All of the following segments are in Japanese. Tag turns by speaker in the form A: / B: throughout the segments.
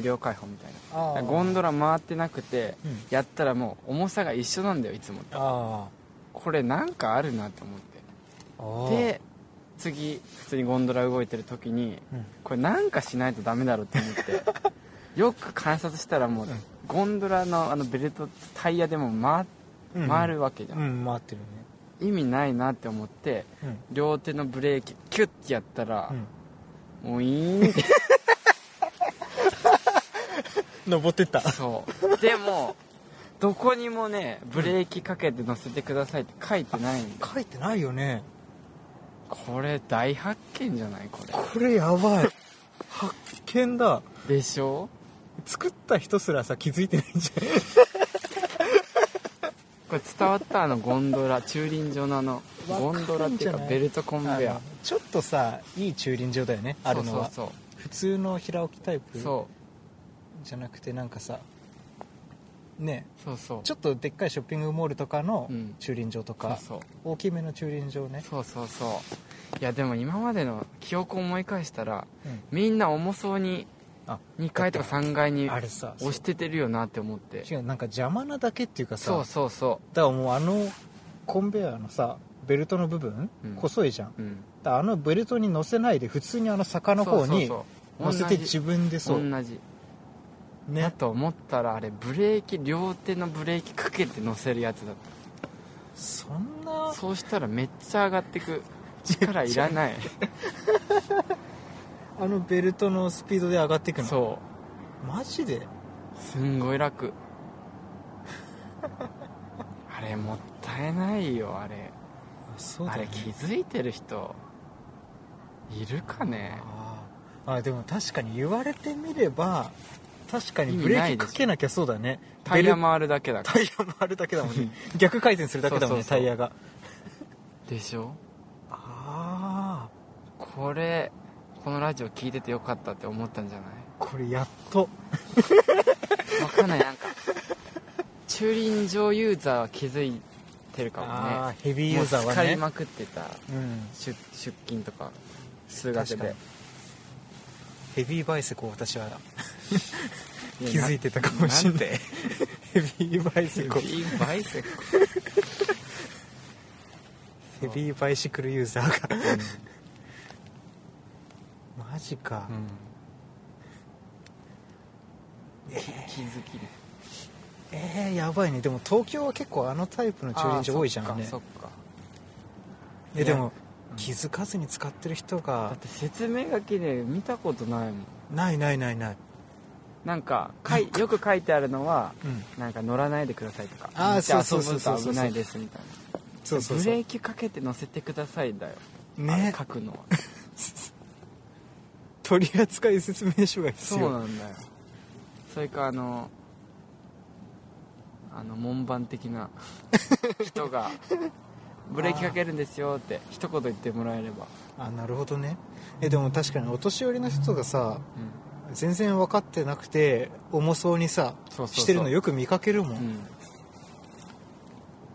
A: 無料開放みたい
B: あ
A: な
B: ー
A: ゴンドラ回ってなくて、
B: うん
A: やったらもう重さが一緒なんだよいつも
B: あ
A: これなんかあるなと思っ
B: ーあ
A: て
B: ー、
A: で次普通にゴンドラ動いてる時に
B: うん
A: これなんかしないとダメだろうって思って よく観察したらもう、
B: うん
A: ゴンドラのあのベルトタイヤでも回
B: うん
A: 回るわけじゃん、
B: うん回ってるね
A: 意味ないなって思って
B: うん
A: 両手のブレーキキュッてやったら
B: う、ん
A: もういーんって
B: 登ってった
A: そうでもどこにもねブレーキかけて乗せてくださいって書いてないんだ
B: 書いてないよね
A: これ大発見じゃないこ
B: これやば い発見だ
A: れでしょ
B: 作った人すらさ気づいてないんじゃない
A: これ伝わったあのゴンドラ駐輪場のあのゴ
B: わかるんじ
A: ン
B: ゃない
A: ドラっていうかベルトコンベ
B: あ
A: ヤ
B: のちょっとさいい駐輪場だよねあるのは
A: そう
B: 普通の平置きタイ
A: そう
B: プ
A: そ
B: じゃなくてなんかさね
A: うそうそう
B: ちょっとでっかいショッピングモールとかの
A: うん
B: 駐輪場と
A: そう
B: か、
A: そう
B: 大きめの駐輪場ね、
A: そうそうそういやでも今までの記憶を思い返したら
B: うん
A: みんな重そうに
B: あ
A: 2階とか3階に
B: あれさ
A: 押しててるよなって思って
B: 違うなんか邪魔なだけっていうかさ
A: そうそうそ
B: だからもうあのコンベヤーのさベルトの部分、
A: うん
B: 細いじゃん
A: ううん
B: だからあのベルトに乗せないで普通にあの坂の
A: そ
B: 方
A: うそう
B: に
A: そう
B: 乗せて自分でそう
A: 同じだ
B: ね
A: と思ったらあれブレーキ両手のブレーキかけて乗せるやつだっ
B: そん
A: た
B: な
A: そうしたらめっちゃ上がってく 力いらない
B: あのベルトのスピードで上がっていくの
A: そ
B: マジで
A: うすんごい楽あれもったいないよあれ
B: あそうだ
A: あ
B: ね
A: れ気づいてる人いるかね
B: あーあでも確かに言われてみれば確かにブレ
A: 意味な
B: ー
A: い
B: キ
A: でしょ
B: かけなきゃそうだね
A: タイヤ
B: ベル
A: 回るだけだか
B: タイヤ回るだけだもんね逆回転するだけだもんね
A: そうそうそう
B: タイヤが
A: らでしょ
B: ああ
A: これこのラジオ聞いててよかったって思ったんじゃない
B: これやっと
A: わかんないなんか駐輪場ユーザーは気づいてるかも
B: あ
A: ね
B: ーヘビーユーザー
A: もう
B: は
A: 使い
B: ね
A: まくってた
B: うん
A: 出出勤とか数学
B: 確か
A: で
B: にヘビーバイセコ私は 気
A: や
B: づいてたかもしれない ヘビーバイ
A: な
B: セ
A: ん て
B: コ
A: ヘビーバイセコ
B: ヘビーバイシクルユーザーがマジか、
A: うんき気づきね
B: えー、やばいねでも東京は結構あのタイプの駐輪場多いじゃん
A: あー
B: ね
A: そっかそっか
B: えでも
A: うん
B: 気づかずに使ってる人
A: だ
B: が
A: って説明書きで見たことないもん
B: ないないないない、
A: なんかかいよく書いてあるのは
B: うん、
A: なんか乗らないでくださいとか
B: あー
A: 道
B: そうそうそう
A: 遊ぶと
B: そう
A: 危ないですみたいな
B: そうそう
A: ブ
B: そ
A: レ
B: う
A: ーキかけて乗せてくださいだよ、
B: ね
A: あれ書くのは
B: 取扱説明書が必
A: そう
B: 要
A: なんだよそれかあのあの門番的 な人がブレーキかけるんですよって一言言ってもらえれば、
B: あなるほどねえでも確かにお年寄りの人がさ
A: うん
B: 全然分かってなくて重そうにさ
A: そうそうそう
B: してるのよく見かけるもん、
A: うん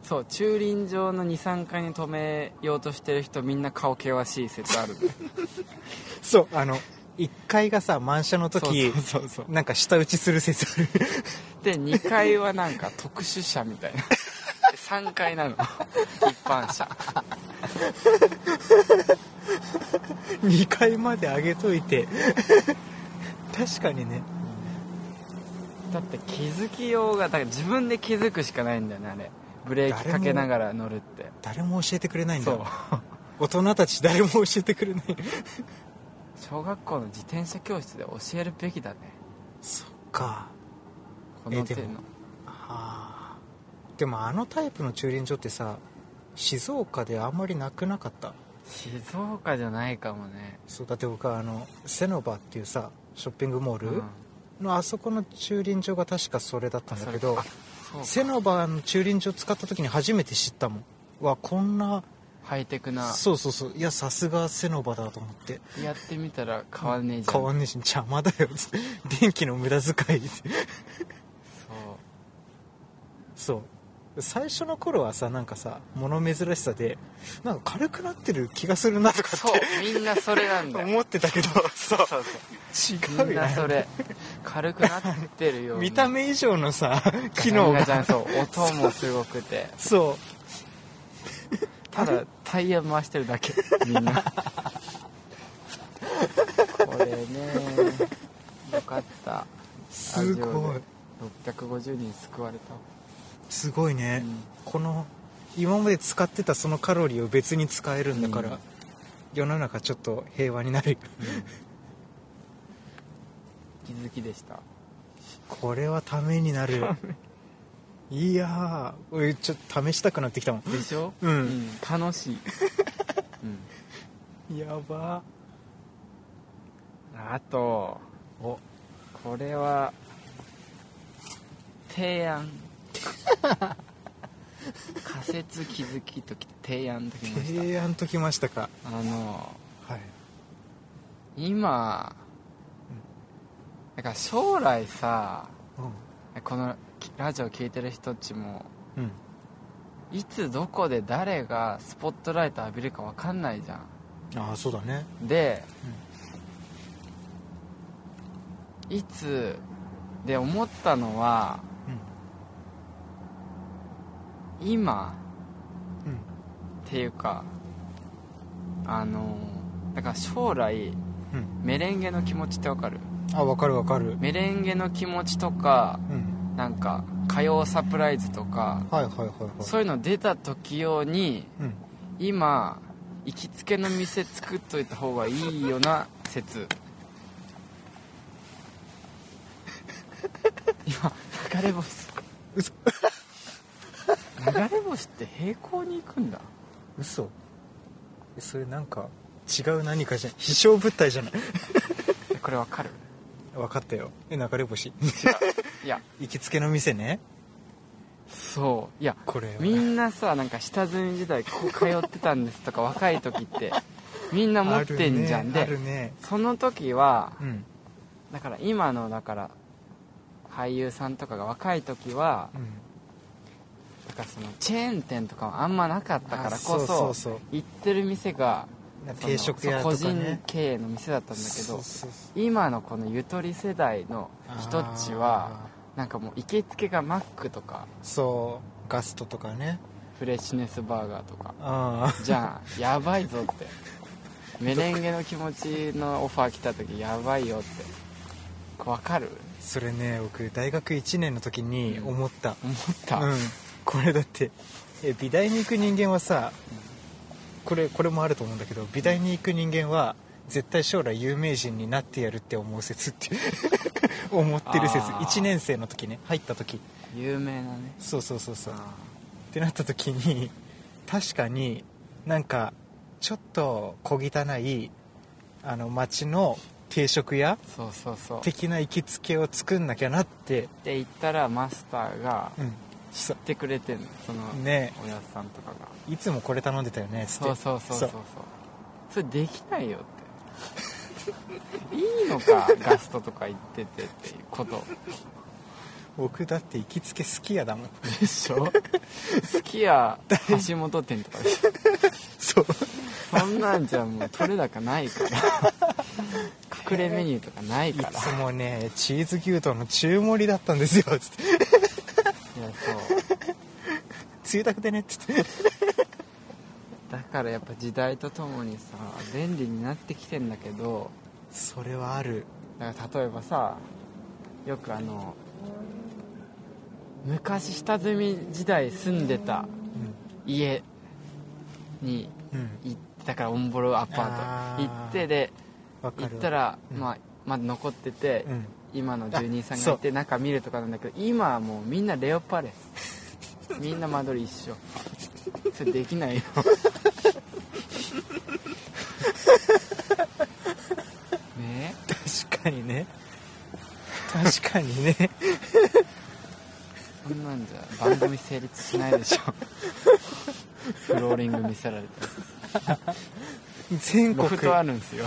A: そう駐輪場の23階に止めようとしてる人みんな顔険しい説ある
B: そうあの1階がさ満車の 時
A: そうそうそう
B: なんか舌打ちする説ある
A: で2階はなんか特殊車みた いな3階なの一般車
B: 2階まで上げといて 確かにね
A: だって気づきようがだから自分で気づくしかないんだよねあれブレーキかけながら乗るって
B: 誰も教えてくれないんだ
A: そう
B: よ大人たち誰も教えてくれない
A: 小学校の自転車教室で教えるべきだね
B: そっか
A: この
B: えで
A: 手
B: も
A: の
B: あーでもあのタイプの駐輪場ってさ静岡であんまりなくなかった
A: 静岡じゃないかもね
B: そうだって僕はあのセノバっていうさショッピングモー
A: うん
B: ルのあそこの駐輪場が確かそれだったんだけど、
A: そうか
B: セノバの駐輪場使った時に初めて知ったもんわこんな
A: ハイテクな
B: そうそうそういやさすがセノバだと思って
A: やってみたら変わんねえじゃん
B: 変わんねえし邪魔だよ電気の無駄遣い
A: そう
B: そう最初の頃はさなんかさ物珍しさでなんか軽くなってる気がするなとか
A: そう
B: っ
A: みんなそれなん
B: て
A: だよ
B: 思ってたけどそう
A: そうそう
B: 違う
A: みん
B: よ
A: なそ
B: ね
A: れ軽くなってるよ
B: 見た目以上のさ機能
A: が
B: が
A: そう音もすごくて
B: そう
A: ただタイヤ回してるだ けみんなこれねよかった
B: すごい
A: 650人救われた
B: すごいね、
A: うん
B: この今まで使ってたそのカロリーを別に使えるんだから、
A: うん
B: 世の中ちょっと平和にな る
A: 気づきでした
B: これはために なるいやーおいちょっと試したくなってきたも
A: でしょ、
B: うん
A: 楽 しい、うん
B: んやば
A: あと
B: ーお
A: これは提 案仮説気づきときて提案ときまし
B: 提案ときましたか
A: たあの
B: はい
A: 今だから将来さ
B: う
A: このラジオ聞いてる人っちも
B: ん、うん、
A: いつどこで誰がスポットライト浴びるか分かんないじゃ
B: ああそうだね
A: んで、いつで思ったのは
B: う
A: 今
B: んうん
A: っていうかあのだから将来
B: うん
A: メレンゲの気持ちってわかる
B: あわかるわかる
A: メレンゲの気持ちとか
B: うん
A: なんか歌謡サプライズとか
B: はいはいはいはい
A: そういうの出た時用に
B: うん
A: 今行きつけの店作っといた方がいいよな説今流れ星
B: 嘘
A: 流れ星って平行に行くんだ
B: 嘘えそれなんか違う何かじゃん 飛翔物体じゃない
A: これわかる
B: 分かったよえ流れ星
A: いや
B: 行きつけの店ね
A: そういや
B: これは
A: みんなさなんか下積み時代ここ通ってたんですとか若い時ってみんな持ってんじゃん
B: あ
A: で
B: るね
A: その時は
B: あるね
A: だから今のだから俳優さんとかが若い時は
B: うんうん
A: だからそのチェーン店とかはあんまなかったから
B: あ
A: こ
B: そ
A: そう
B: そう
A: 行ってる店が
B: そう
A: その
B: 定食屋と
A: 個
B: か
A: 人
B: ね
A: 経営の店だったんだけ
B: そ
A: ど
B: うそうそ
A: 今のこのゆとり世代の
B: う
A: 人っちはなんかもう行きつけがマックとか
B: あーそうガストとかね
A: フレッシュネスバーガーとか
B: あ
A: じゃあやばいぞ ってメレンゲの気持ちのオファー来た時やばいよってわかる
B: あそれね僕大学1年の時に思った、
A: 思った、
B: うん、これだってえ美大に行く人間はさこれこれもあると思うんだけど美大に行く人間は絶対将来有名人になってやるって思う 説って思ってる説
A: あー
B: 1年生の時ね入った時
A: 有名なね
B: そうそうそうそうってなった時に確かになんかちょっと小汚いあの町の定食屋
A: そうそうそうっ
B: 的な行きつけを作んなきゃなって、
A: て言ったらマスターが
B: うん、
A: 知ってくれてんのその
B: ね
A: おやつさんとかが
B: いつもこれ頼んでたよねつって
A: そうそうそうそうそう
B: そう
A: それできないよっていいの かガストとか行っててっていうこと
B: 僕だって行きつけ好きやだもん
A: でしょ好きや橋本店とかでしょ
B: そう
A: そんなんじゃもう取れ高ないから隠れメニューとかない
B: い
A: からいや
B: つもねチーズ牛丼の中盛りだったんですよつって
A: そう
B: つゆだくでねつって
A: だからやっぱ時代とともにさ便利になってきてんだけど
B: それはある
A: だから例えばさよくあの昔下積み時代住んでた家に
B: うんうん
A: 行ってだからオンボロアパ
B: あ
A: ート
B: ー
A: 行ってで
B: わか
A: 行
B: る
A: ったら、
B: うん
A: まあまだ残ってて、
B: うん
A: 今の
B: あ
A: 住人さんが
B: そ
A: いうて中見るとかなんだけど今はもうみんなレオパレスみんな間取り一緒それでき ないよね
B: 確かにね確かにね
A: えそんなんじゃ番組成立しないで しょフローリング見せられて
B: 全
A: ロ
B: 国
A: フトあるんです よ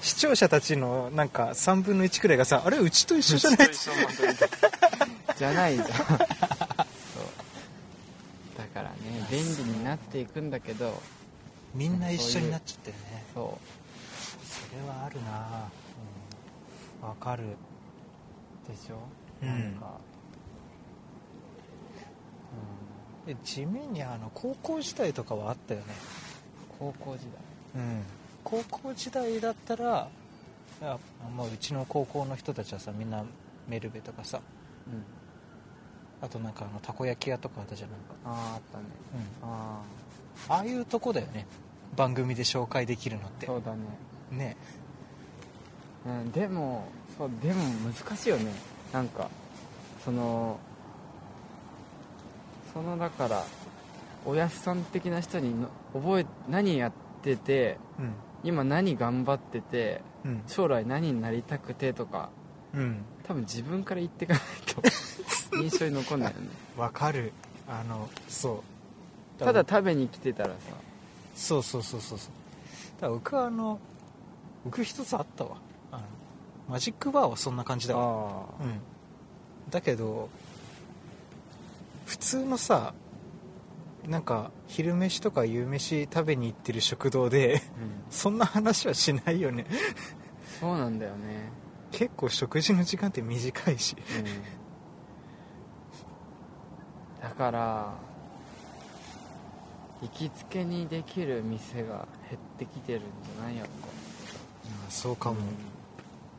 B: 視聴者たちのなんか3分の1くらいがさあれうちと一緒じゃない
A: じゃないじゃんそうね便利になっていくんだけど
B: みんな一緒になっちゃってるね
A: そ
B: それはあるなうんわかる
A: うでしょ、
B: うん
A: なんか
B: で地味にあの高校時代とかはあったよね
A: うん高校時代
B: うん高校時代だったらあまあうちの高校の人たちはさみんなメルベとかさ
A: うん
B: あとなんかあのたこ焼き屋とかあったじゃんなんか、
A: あああったね
B: うん、
A: あ
B: ああいうとこだよね番組で紹介できるのっ
A: あ
B: て
A: そうだね
B: ね
A: うんでもそうでも難しいよねなんかそのそのだからおやすさん的な人にの覚え何やってて
B: うん
A: 今何頑張ってて
B: うん
A: 将来何になりたくてとか
B: うん
A: 多分自分から言っていかないと印象に残んないよね
B: わかるあのそう
A: ただ食べに来てたらさ
B: そうそうそうそうそうだから僕はあの僕一つあったわあのマジックバーはそんな感じだわ
A: ああ
B: うんだけど普通のさなんか昼飯とか夕飯食べに行ってる食堂で
A: うん
B: そんな話はしないよね
A: そうなんだよね
B: 結構食事の時間って短いし
A: だから行きつけにできる店が減ってきてるんじゃないやっ
B: そう
A: ぱ
B: かも、
A: うん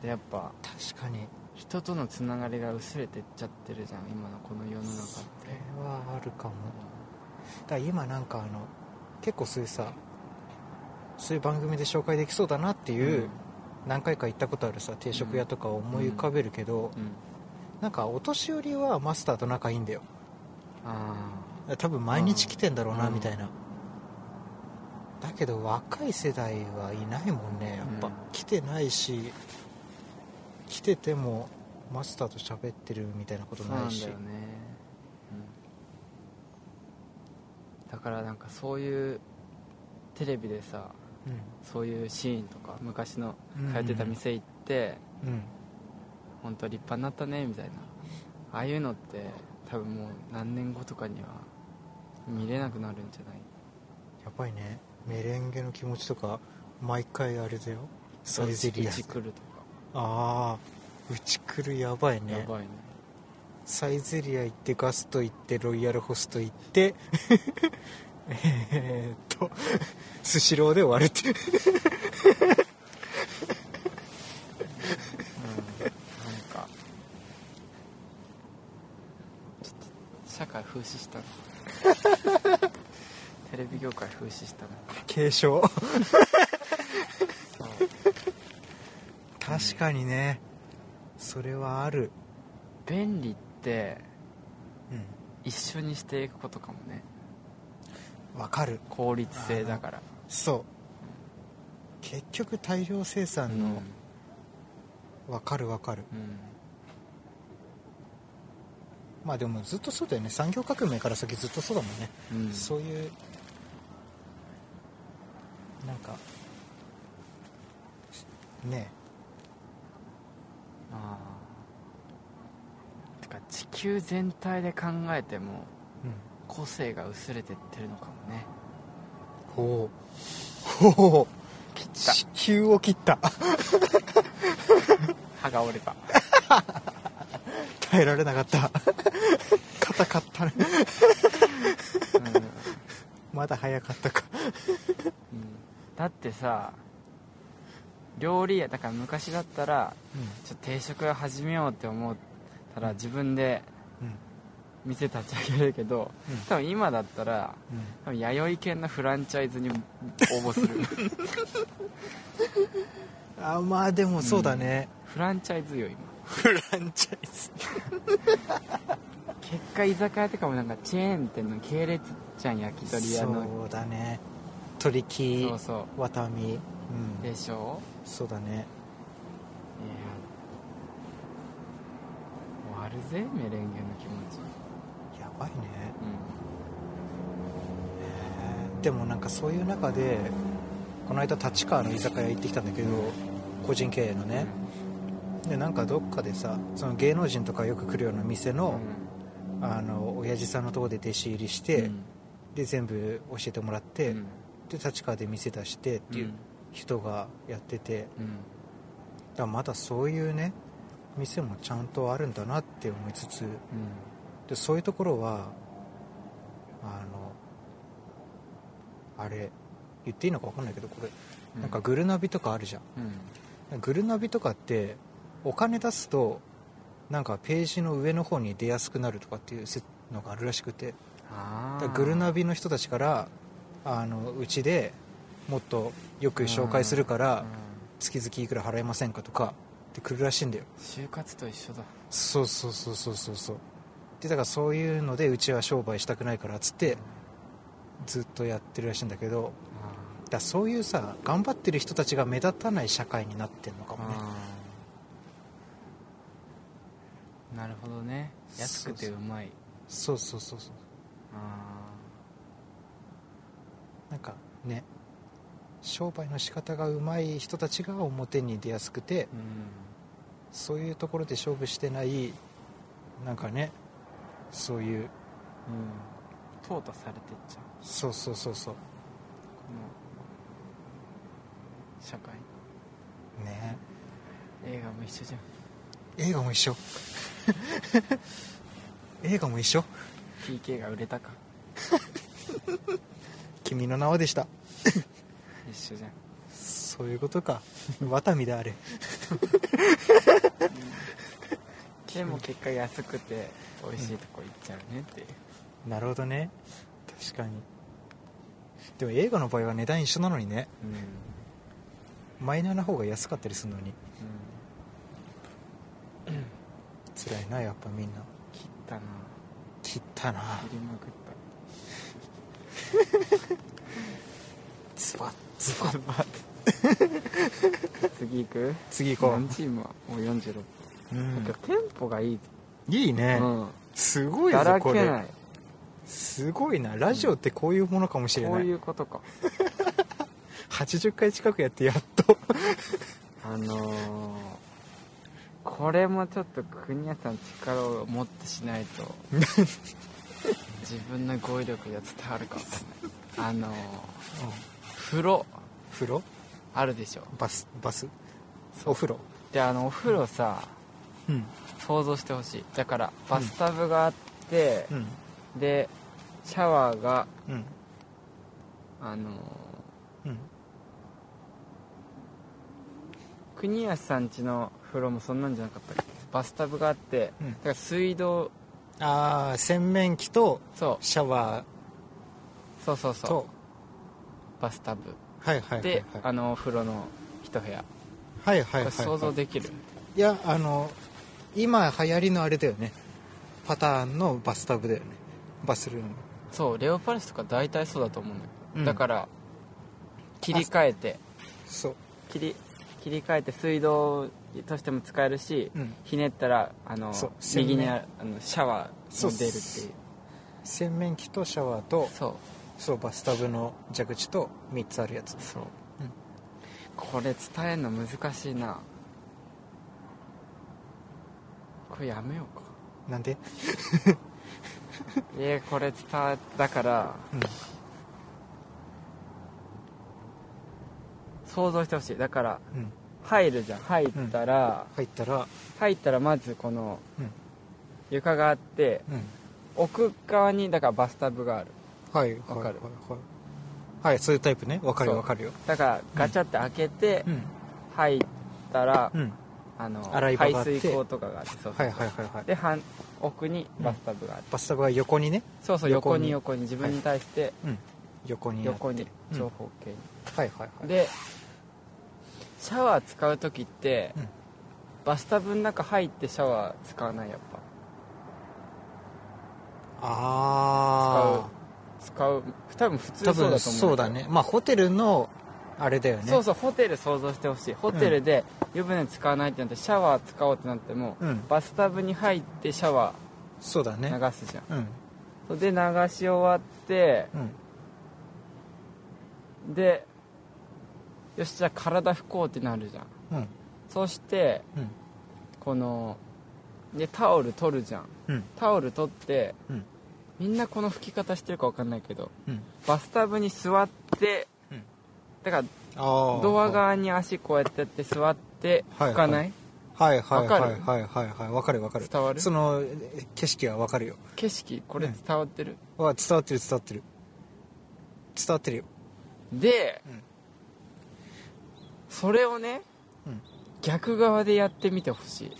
A: でやっぱ
B: 確かに
A: 人とのつながりが薄れてっちゃってるじゃん今のこの世の中って
B: それはあるかもだから今なんかあの結構そういうさそういう番組で紹介できそうだなっていう、何回か行ったことあるさ定食屋とかを思い浮かべるけど、
A: うん、うん
B: なんかお年寄りはマスターと仲いいんだよ
A: あ
B: 多分毎日来てんだろうな
A: うん
B: みたいな、だけど若い世代はいないもんねやっぱ、
A: うん
B: 来てないし来ててもマスターと喋ってるみたいなこ
A: あ
B: と
A: そうな
B: ない
A: ん
B: し
A: だよね、うん、だからなんかそういうテレビでさそういうシーンとか昔の通ってた店行って、
B: うん、うん
A: 本当立派になったねみたいなああいうのって多分もう何年後とかには見れなくなるんじゃない
B: やばいねメレンゲの気持ちとか毎回あれだよサイゼリ
A: う
B: ア
A: ち来ると
B: ああうち来るやばい
A: か、
B: ね
A: やばいね
B: サイゼリア行ってガスト行ってロイヤルホスト行って えーっとスシローで終わるっていう
A: うんなんかちょっと社会風刺した なテレビ業界風刺したな
B: 継承
A: そう
B: 確かにねそれはある
A: 便利って
B: う
A: 一緒にしていくことかもね
B: んわかる
A: 効率性だから
B: そう結局大量生
A: あ
B: 産のわかるわかる
A: うん、うん
B: まあでもずっとそうだよね産業革命から先ずっとそうだもんね
A: うん
B: そういうなんかね
A: ああてか地球全体で考えても個性が薄れてってるのかもね
B: ほうほう
A: 切った
B: 地球を切った
A: 歯が折れた
B: 耐えられなかった 硬かったね
A: うん、うん
B: まだ早かったか
A: だってさ料理屋だから昔だったらちょっと定食屋始めようって思ったら自分で
B: うんうん
A: 店立ち上げるけど
B: うん
A: 多分今だったら
B: うん
A: 多分弥生犬のフランチャイズに応募する
B: あまあでもそうだね、
A: フランチャイズよ今
B: フランチャイズ
A: 結果居酒屋とかもなんかチェーン店の系列じゃん焼き鳥屋の
B: そうだね鳥木
A: そうそ
B: ワタミ
A: う
B: うん
A: でしょ
B: そうだね
A: いや悪ぜメレンゲの気持ち
B: やばいね
A: う
B: でもなんかそういう中でこの間立川の居酒屋行ってきたんだけど個人経営の
A: ん
B: ねでなんかどっかでさその芸能人とかよく来るような店
A: うん
B: の,、あの親父さんのとこで弟子入りして、
A: うん
B: で全部教えてもらって、
A: うん
B: で立川で店出してっていう人がやってて、だ
A: うん
B: からまだそういうね店もちゃんとあるんだなって思いつつでそういうところはあのあれ言っていいのか分かんないけどこれ、
A: うん
B: なんかグルナビとかあるじゃん
A: うん
B: グルナビとかってお金出すとなんかページの上の方に出やすくなるとかっていうせのがあるらしくて
A: あ
B: だ
A: あ
B: からグルナビの人たちからあのうちでもっとよく紹介するか
A: う
B: ら
A: ん
B: 月々いくら払えませんかとかってくるらしいんだよ
A: 就活と一緒だ
B: そうそうそうそうそうそうでだからそういうのでうちは商売したくないからっつってずっとやってるらしいんだけどだからそういうさ頑張ってる人たちが目立たない社会になってんのかもね
A: うんなるほどね安くてうまい
B: そうそうそうそう
A: あ
B: なんかね商売の仕方がうまい人たちが表に出やすく
A: ーう
B: て
A: ん
B: そういうところで勝負してないなんかねそういう
A: 淘汰されてっちゃう
B: そうそうそうそう
A: この社会
B: ね
A: 映画も一緒じゃん
B: 映画も一緒 映画も一緒
A: PK が売れたか
B: 君の名はでした
A: 一緒じゃん
B: そういうことか ワタミであれ
A: でも結果安くて美味しいとこ行っちゃうねっていう
B: なるほどね確かにでも映画の場合は値段一緒なのにね
A: うん、うん
B: マイナーな方が安かったりするのに辛いなやっぱみんな
A: 切ったな
B: 切ったな
A: 切りまくった
B: ズバッズバッ
A: 次行く
B: 次行こ
A: 何チームはもう46、
B: う、う
A: なん
B: ん
A: か、テンポがいい、
B: いいね、
A: うん、
B: すごい
A: だ
B: ぞ
A: ら
B: こ
A: けな
B: れ
A: い
B: すごいなラジオってこういうものかもしれ
A: こ
B: な
A: う
B: い、
A: いうことか
B: 80回近くやってやっと
A: あのー、これもちょっと国谷さん力を持ってしないと 自分の語彙力が伝わるかわかんないあのー、風呂
B: 風呂
A: あるでしょ
B: バスバスお風呂
A: であのお風呂さ
B: うん
A: 想像してほしいだからバスタブがあって
B: う、ん
A: でシャワーが
B: うん
A: あのー
B: うん
A: 国安さん家の風呂もそんなんじゃなかったっけバスタブがあって、
B: う
A: だ
B: ん
A: から水道
B: ああ洗面器と
A: そう
B: シャワ
A: そうそう
B: ー
A: そ
B: と
A: うバスタブ
B: はいはいはい
A: で、
B: は
A: あ
B: い
A: のお風呂の一部屋、
B: はいはい
A: こ
B: は
A: れ
B: い
A: 想像
B: は
A: できる、
B: いいやあの今流行りのあれだよねパターンのバスタブだよねバスルーム
A: そうレオパレスとか大体そうだと思うんだけど、
B: うん
A: だから切り替えて
B: そう
A: 切り切り替えて水道としても使えるし、
B: うん
A: ひねったらあの
B: そう
A: 右に
B: 洗面
A: ああのシャワー
B: そう
A: も出るっていう
B: 洗面器とシャワーと
A: そう
B: そうバスタブの蛇口と3つあるやつ
A: そう、
B: うん
A: これ伝えるの難しいなこれやめようか
B: なんで
A: えこれ伝えだから
B: うん
A: 想像してほしいだから
B: うん
A: 入るじゃん入ったら、
B: 入ったら
A: 入ったらまずこの
B: うん
A: 床があって
B: うん
A: 奥側にだからバスタブがある
B: はいはい
A: わ
B: はいは
A: か
B: い
A: る
B: はいそういうタイプねわかる
A: そう
B: わかるよ
A: だからガチャって開けて
B: うん
A: 入ったら、
B: うん
A: あの
B: 洗い場があって
A: 排水口とかがあってそうそう
B: はいはいはいはい
A: で半奥にバスタブがあって、
B: バスタブは横にね
A: そうそう
B: 横
A: 横
B: に
A: に横に自分に対して
B: うん横になって
A: 横に
B: うん
A: 長方形に、
B: はいはいはい
A: でシャワー使う時って、
B: うん
A: バスタブの中入ってシャワー使わないやっぱ
B: あ
A: 使う多分普
B: あ
A: 通そうだ
B: 多
A: と思うん
B: 分
A: だけど
B: そうだねまあホテルのあれだよね
A: そうそうホテル想像してほしいホテルで湯船使わないってなってシャワー使おうってなっても、
B: うん
A: バスタブに入ってシャワ
B: そう
A: ー
B: だね
A: 流すじゃん、
B: うん
A: そうで流し終わって
B: うん
A: でよしじゃあ体拭こうってなるじゃん
B: うん
A: そして
B: うん
A: このでタオル取るじゃん
B: うん
A: タオル取って
B: うん
A: みんなこの吹き方してるか分かんないけど
B: うん
A: バスタブに座って、
B: うん
A: だから
B: ああ
A: ドア側に足こうやってやって座って
B: はい
A: 拭かない、
B: ははいはいはい
A: わかる
B: はいはいはいわかるわかる
A: 伝わる
B: そのえ景色はわかるよ
A: 景色これ伝わってる、
B: わ伝わってる伝わってる伝わってるよ
A: で、
B: うん
A: それをね、
B: うん
A: 逆側でやってみてほしい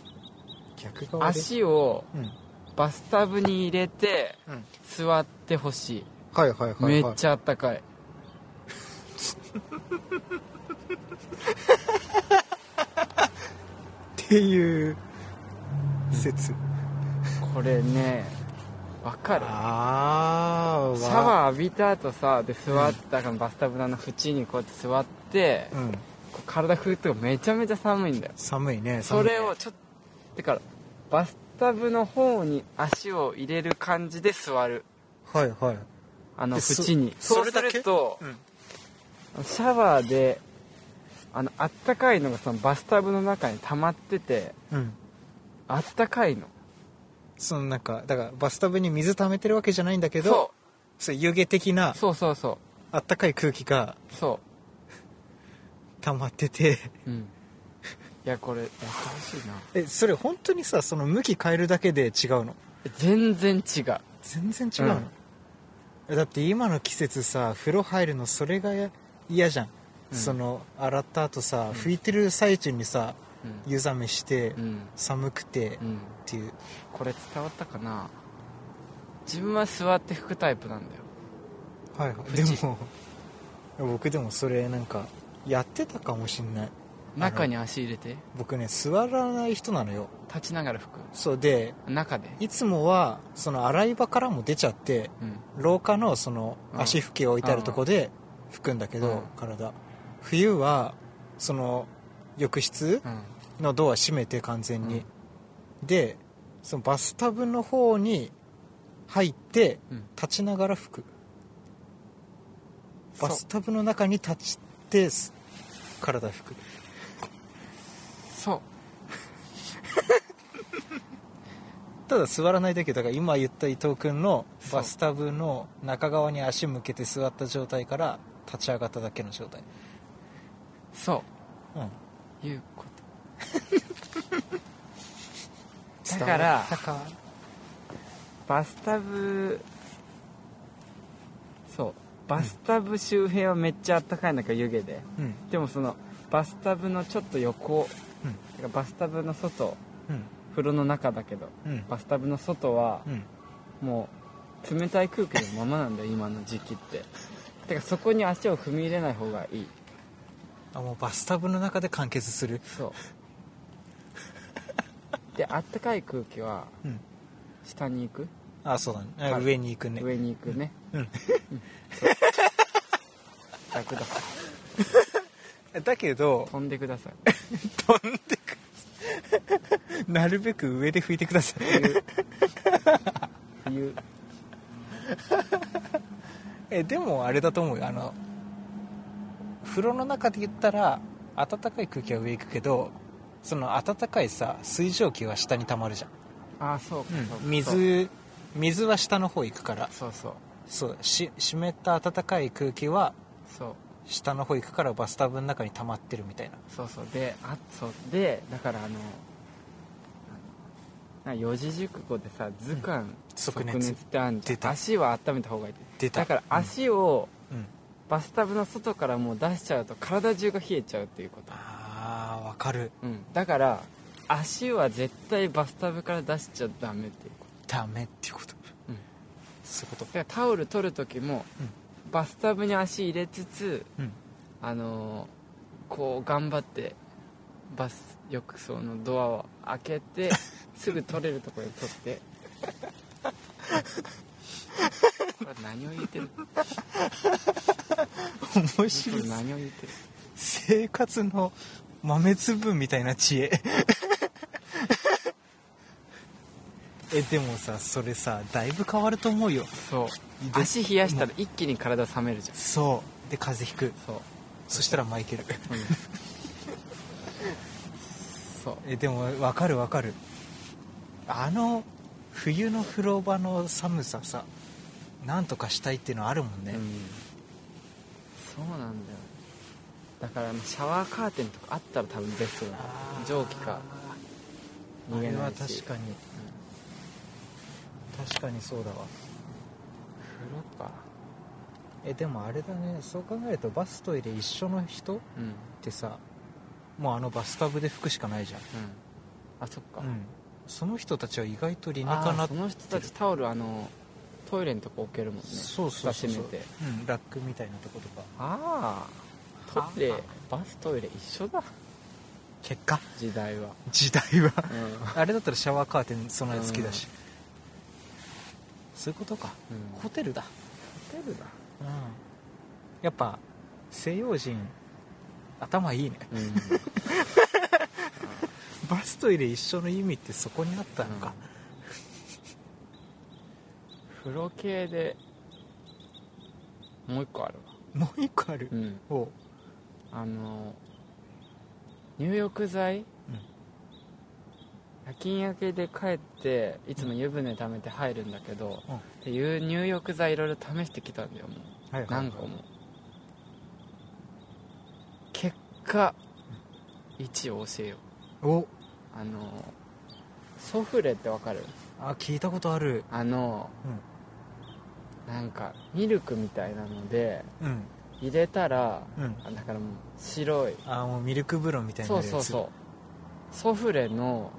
B: 逆側で
A: 足を
B: うん
A: バスタブに入れて
B: うん
A: 座ってほしい
B: はいはいはいはい
A: めっちゃあったかい
B: っていう説
A: これねわかる
B: ああ
A: シャワー浴びた後さで座ったからバスタブのあの縁にこうやって座って、
B: うん
A: こう体振るとめちゃめちゃ寒いんだよ
B: 寒いね寒
A: そ
B: い
A: れ
B: ね
A: をちょっとだからバスタブの方に足を入れる感じで座る
B: はいはい
A: あの
B: でそ
A: 縁に
B: そ
A: そう
B: れ
A: す
B: だけ
A: ると
B: うん
A: シャワーであのあったかいのがそのバスタブの中に溜まってて
B: うん
A: あったかいの
B: そのなんかだからバスタブに水溜めてるわけじゃないんだけど
A: そ
B: そう湯気的な
A: うそうそうそ
B: あったかい空気が
A: うそ
B: 溜まってて
A: ううんいやこれやってほしいな
B: えそれ本当にさその向き変えるだけで違うの
A: 全然違う
B: 全然違うの、だって今の季節さ風呂入るのそれがや嫌じゃん、
A: うん
B: その洗った後さ拭いてる最中にさ
A: うん
B: 湯冷めして、
A: うん、
B: 寒くてっ
A: うん、
B: ていう
A: これ伝わったかな自分は座って拭くタイプなんだよ
B: はいはいでも僕でもそれなんかやってたかもしんない
A: 中に足入れて
B: 僕ね座らない人なのよ
A: 立ちながら拭く
B: そうで
A: 中で
B: いつもはその洗い場からも出ちゃって
A: うん
B: 廊下のその
A: うん
B: 足拭きを置いてあるとこで拭くんだけど、
A: うん
B: 体冬はその浴室
A: うん
B: のドア閉めて完全に、でそのバスタブの方に入って
A: うん
B: 立ちながら拭く
A: そう
B: バスタブの中に立ちてす体拭く
A: そう
B: ただ座らないだけだから今言った伊藤君の
A: そう
B: バスタブの中側に足向けて座った状態から立ち上がっただけの状態
A: そ
B: うん
A: ういうことだから
B: 伝わったか
A: バスタブそうバスタブ周辺はめっちゃあったかい中湯気で
B: うん
A: でもそのバスタブのちょっと横、
B: うん
A: てかバスタブの外
B: うん
A: 風呂の中だけど
B: うん
A: バスタブの外は
B: うん
A: もう冷たい空気のままなんだよ今の時期っててかそこに足を踏み入れない方がいい
B: あもうバスタブの中で完結する
A: そうであったかい空気は
B: うん
A: 下に行く
B: あそうだねあ
A: はい
B: 上に行くね
A: 上に行くね
B: うん
A: そう楽だ
B: だけど
A: 飛んでください
B: 飛んでくなるべく 上で拭いてください
A: 冬冬
B: えでもあれだと思うよあの風呂の中で言ったら暖かい空気は上行くけどその暖かいさ水蒸気は下に溜まるじゃん、
A: ああそうか、そうか
B: 水水は下の方行くから
A: そうそう
B: そうし湿った暖かい空気は
A: そう
B: 下の方行くからバスタブの中に溜まってるみたいな
A: そうそうであそうでだからあのなんか四字熟語でさ図鑑、
B: 即熱
A: 即熱ってあんじ
B: 出
A: ゃ
B: た
A: ん足は温めた方がいいって
B: 出た
A: だから足を
B: うん
A: バスタブの外からもう出しちゃうと体中が冷えちゃうっていうこと、
B: あーわかる
A: うん、だから足は絶対バスタブから出しちゃダメっていうこ
B: ダメっていうこと、
A: うん
B: そういうこ
A: と
B: と
A: だからタオル取る時も、バスタブに足入れつつ
B: うん
A: あのーこう頑張ってバス浴槽のドアを開けてすぐ取れるところに取ってこれ何を言ってる
B: 面
A: こ
B: 白
A: れ
B: い
A: 何を言ってる
B: 生活の豆粒みたいな知恵 えでもさそれさだいぶ変わると思うよ
A: そう
B: で
A: 足冷やしたら一気に体冷めるじゃん
B: そうで風邪ひく
A: そう
B: そしたらマイケ
A: う
B: ル
A: んそう
B: えでもわかるわかるあの冬の風呂場の寒ささなんとかしたいっていうのはあるもんね、
A: うん、そうなんだよだからシャワーカーテンとかあったら多分ベストだ
B: あー
A: 蒸気か
B: あ
A: 逃げ
B: れ
A: な
B: はい
A: し
B: 確かに確かにそうだ
A: う
B: わ
A: ん、風呂か
B: えでもあれだねそう考えるとバストイレ一緒の人っ
A: うんうん
B: てさもうあのバスタブで拭くしかないじゃん
A: あそっか、
B: うん、その人たちは意外と理に
A: あ
B: か
A: ー
B: な
A: その人たちタオルあのトイレのとこ置けるもんね
B: そうそうそう
A: 蓋
B: そ
A: 閉
B: う
A: めて
B: うん、ラックみたいなとことか
A: ああトイレ
B: あー
A: バストイレ一緒だ
B: 結果
A: 時代は、
B: 時代は
A: うんうん、
B: あれだったらシャワーカーテン備え付きだし、そういうことかホ
A: ホ
B: テルだ、
A: テルだ
B: うん、やっぱ西洋人頭いいね
A: うん
B: バストイレ一緒の意味ってそこにあったのか、
A: 風呂系でもう一個あるわ
B: もう一個ある、
A: うん
B: おう
A: あの入浴剤、夜勤明けで帰っていつも湯船溜めて入るんだけど、でいう入浴剤いろいろ試してきたんだよもう
B: はいはい
A: 何個も結果1を教えよう
B: お
A: あのソフレってわかる
B: あ聞いたことある
A: あの、なんかミルクみたいなので
B: うん
A: 入れたら
B: うん
A: あだからもう白い
B: あもうミルク風呂みたいにな
A: そう
B: るやつ
A: そうそうソフレの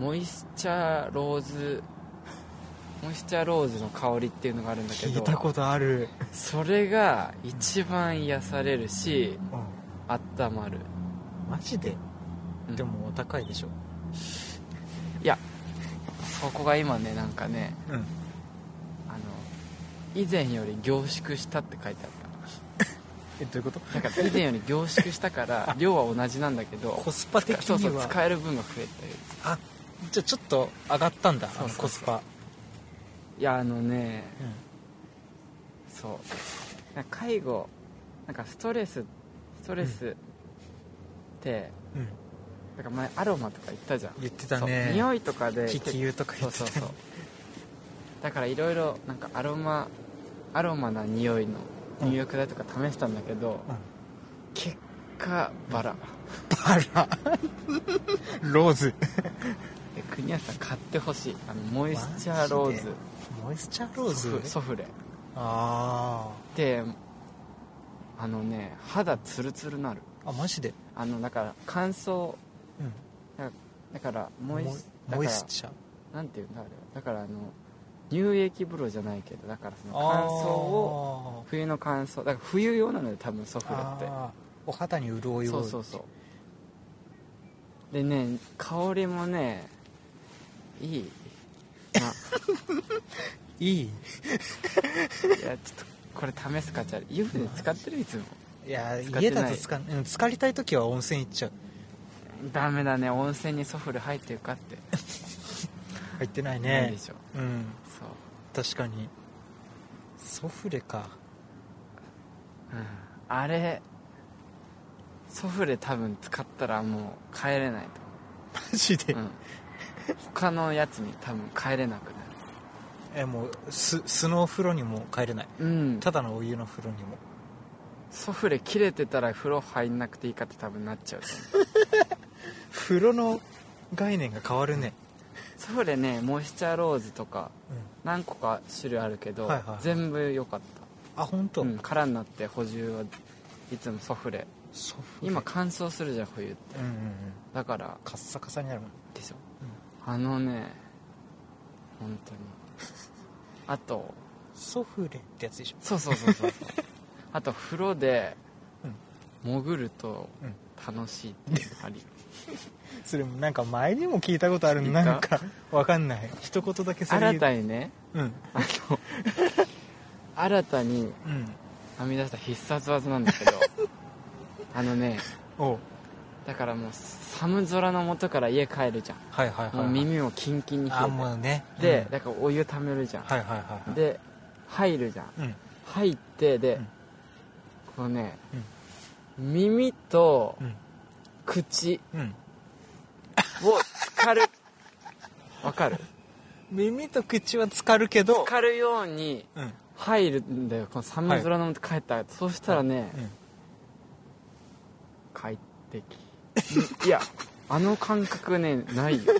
B: うん
A: モイスチャーローズモイスチャーローズの香りっていうのがあるんだけ
B: 聞
A: ど
B: いたことある、
A: それが一番癒されるし
B: う
A: 温まる、
B: ん、マジで、
A: うん
B: でもお高いでしょ
A: そこが今ねなんかね
B: うん
A: あの以前より凝縮したって書いてあった
B: えどういうこと
A: なんか以前より凝縮したから量は同じなんだけど
B: コスパ的
A: そうそ
B: に
A: う
B: は
A: 使える分が増えたよ
B: あじゃあちょっと上がったんだ
A: そうそうそう
B: あのコスパ、
A: いやあのね
B: うん、
A: そうなんか介護なんかストレスストレスって、
B: うん、
A: なんか前アロマとか言ったじゃん
B: 言ってたね
A: そう匂いとかで
B: 気球とか
A: そ
B: 言
A: う
B: ってた
A: そうそうだからいろいろなんかアロマアロマな匂いの入浴剤とか試したんだけど、
B: うん
A: 結果バラ、
B: あらローズ
A: で国谷さん買ってほしいあのモイスチャーローズ
B: モイスチャーロー
A: ソ
B: ズ
A: フソフレ
B: あ
A: であのね肌ツルツルなる
B: ーあマジで、
A: あのだから乾燥
B: うん、
A: だからモイスだか
B: モイ
A: ら
B: スチャー
A: なんていうんだあれはだからあの乳液風呂じゃないけどだからその乾燥を
B: あー
A: 冬の乾燥だから冬用なのよ多分ソフレっ
B: あーお肌に潤
A: て
B: いを
A: そうそうそうでね香りもねいいな
B: い
A: い
B: い
A: やちょっとこれ試す価値ある湯船使ってるいつも
B: いや
A: 使ってない
B: 家だと使う、うん、浸かりたい時は温泉行っちゃう
A: ダメだね温泉にソフレ入ってるかって
B: 入ってない
A: ない
B: ね
A: でしょ
B: うん
A: そう
B: 確かにソフレか
A: うんあれソフレ多分使ったらもう帰れない
B: マジ
A: と
B: で、
A: 思う、うん、他のやつに多分帰れなくな
B: えもうす素のお風呂にも帰れない
A: るうん
B: ただのお湯の風呂にも
A: ソフレ切れてたら風呂入んなくていいかって多分なっちゃうと思う
B: 風呂の概念が変わるね、
A: ソフレねモイスチャーローズとか
B: うん、
A: 何個か種類あるけど、
B: はいはいはい
A: 全部良かっ
B: あ本
A: た
B: 当、
A: うん空になって補充はいつもソフレ
B: ソフレ
A: 今乾燥するじゃん冬
B: うんうんうん
A: だから
B: カッサカサになるもん
A: でしょ、あのね本当にあと
B: ソフレってやつでしょ
A: そうそうそう そうそうあと風呂で
B: うん
A: 潜ると
B: うん
A: 楽しいっていうのあり、
B: それもなんか前にも聞いたことある
A: 聞いた
B: なんかわかんない一言だけそれ言う
A: 新たにね
B: うん
A: あの新たに
B: うん
A: 編み出した必殺技なんだ けどあのね
B: おう
A: だからもう寒空の下から家帰るじゃん、
B: はいはいはい、はい、
A: もう耳もキンキンに冷
B: あもうね
A: えてで、
B: うん
A: だからお湯ためるじゃん、
B: はいはいはいはい
A: で入るじゃん
B: うん
A: 入ってで、
B: うん
A: このね、耳と
B: うん
A: 口
B: うん
A: を浸かるわかる
B: 耳と口は浸かるけど
A: 浸、かるように
B: うんうん
A: 入るんだよこの寒い空の下帰ったら、そうしたらね、 快適いやあの感覚ねないよ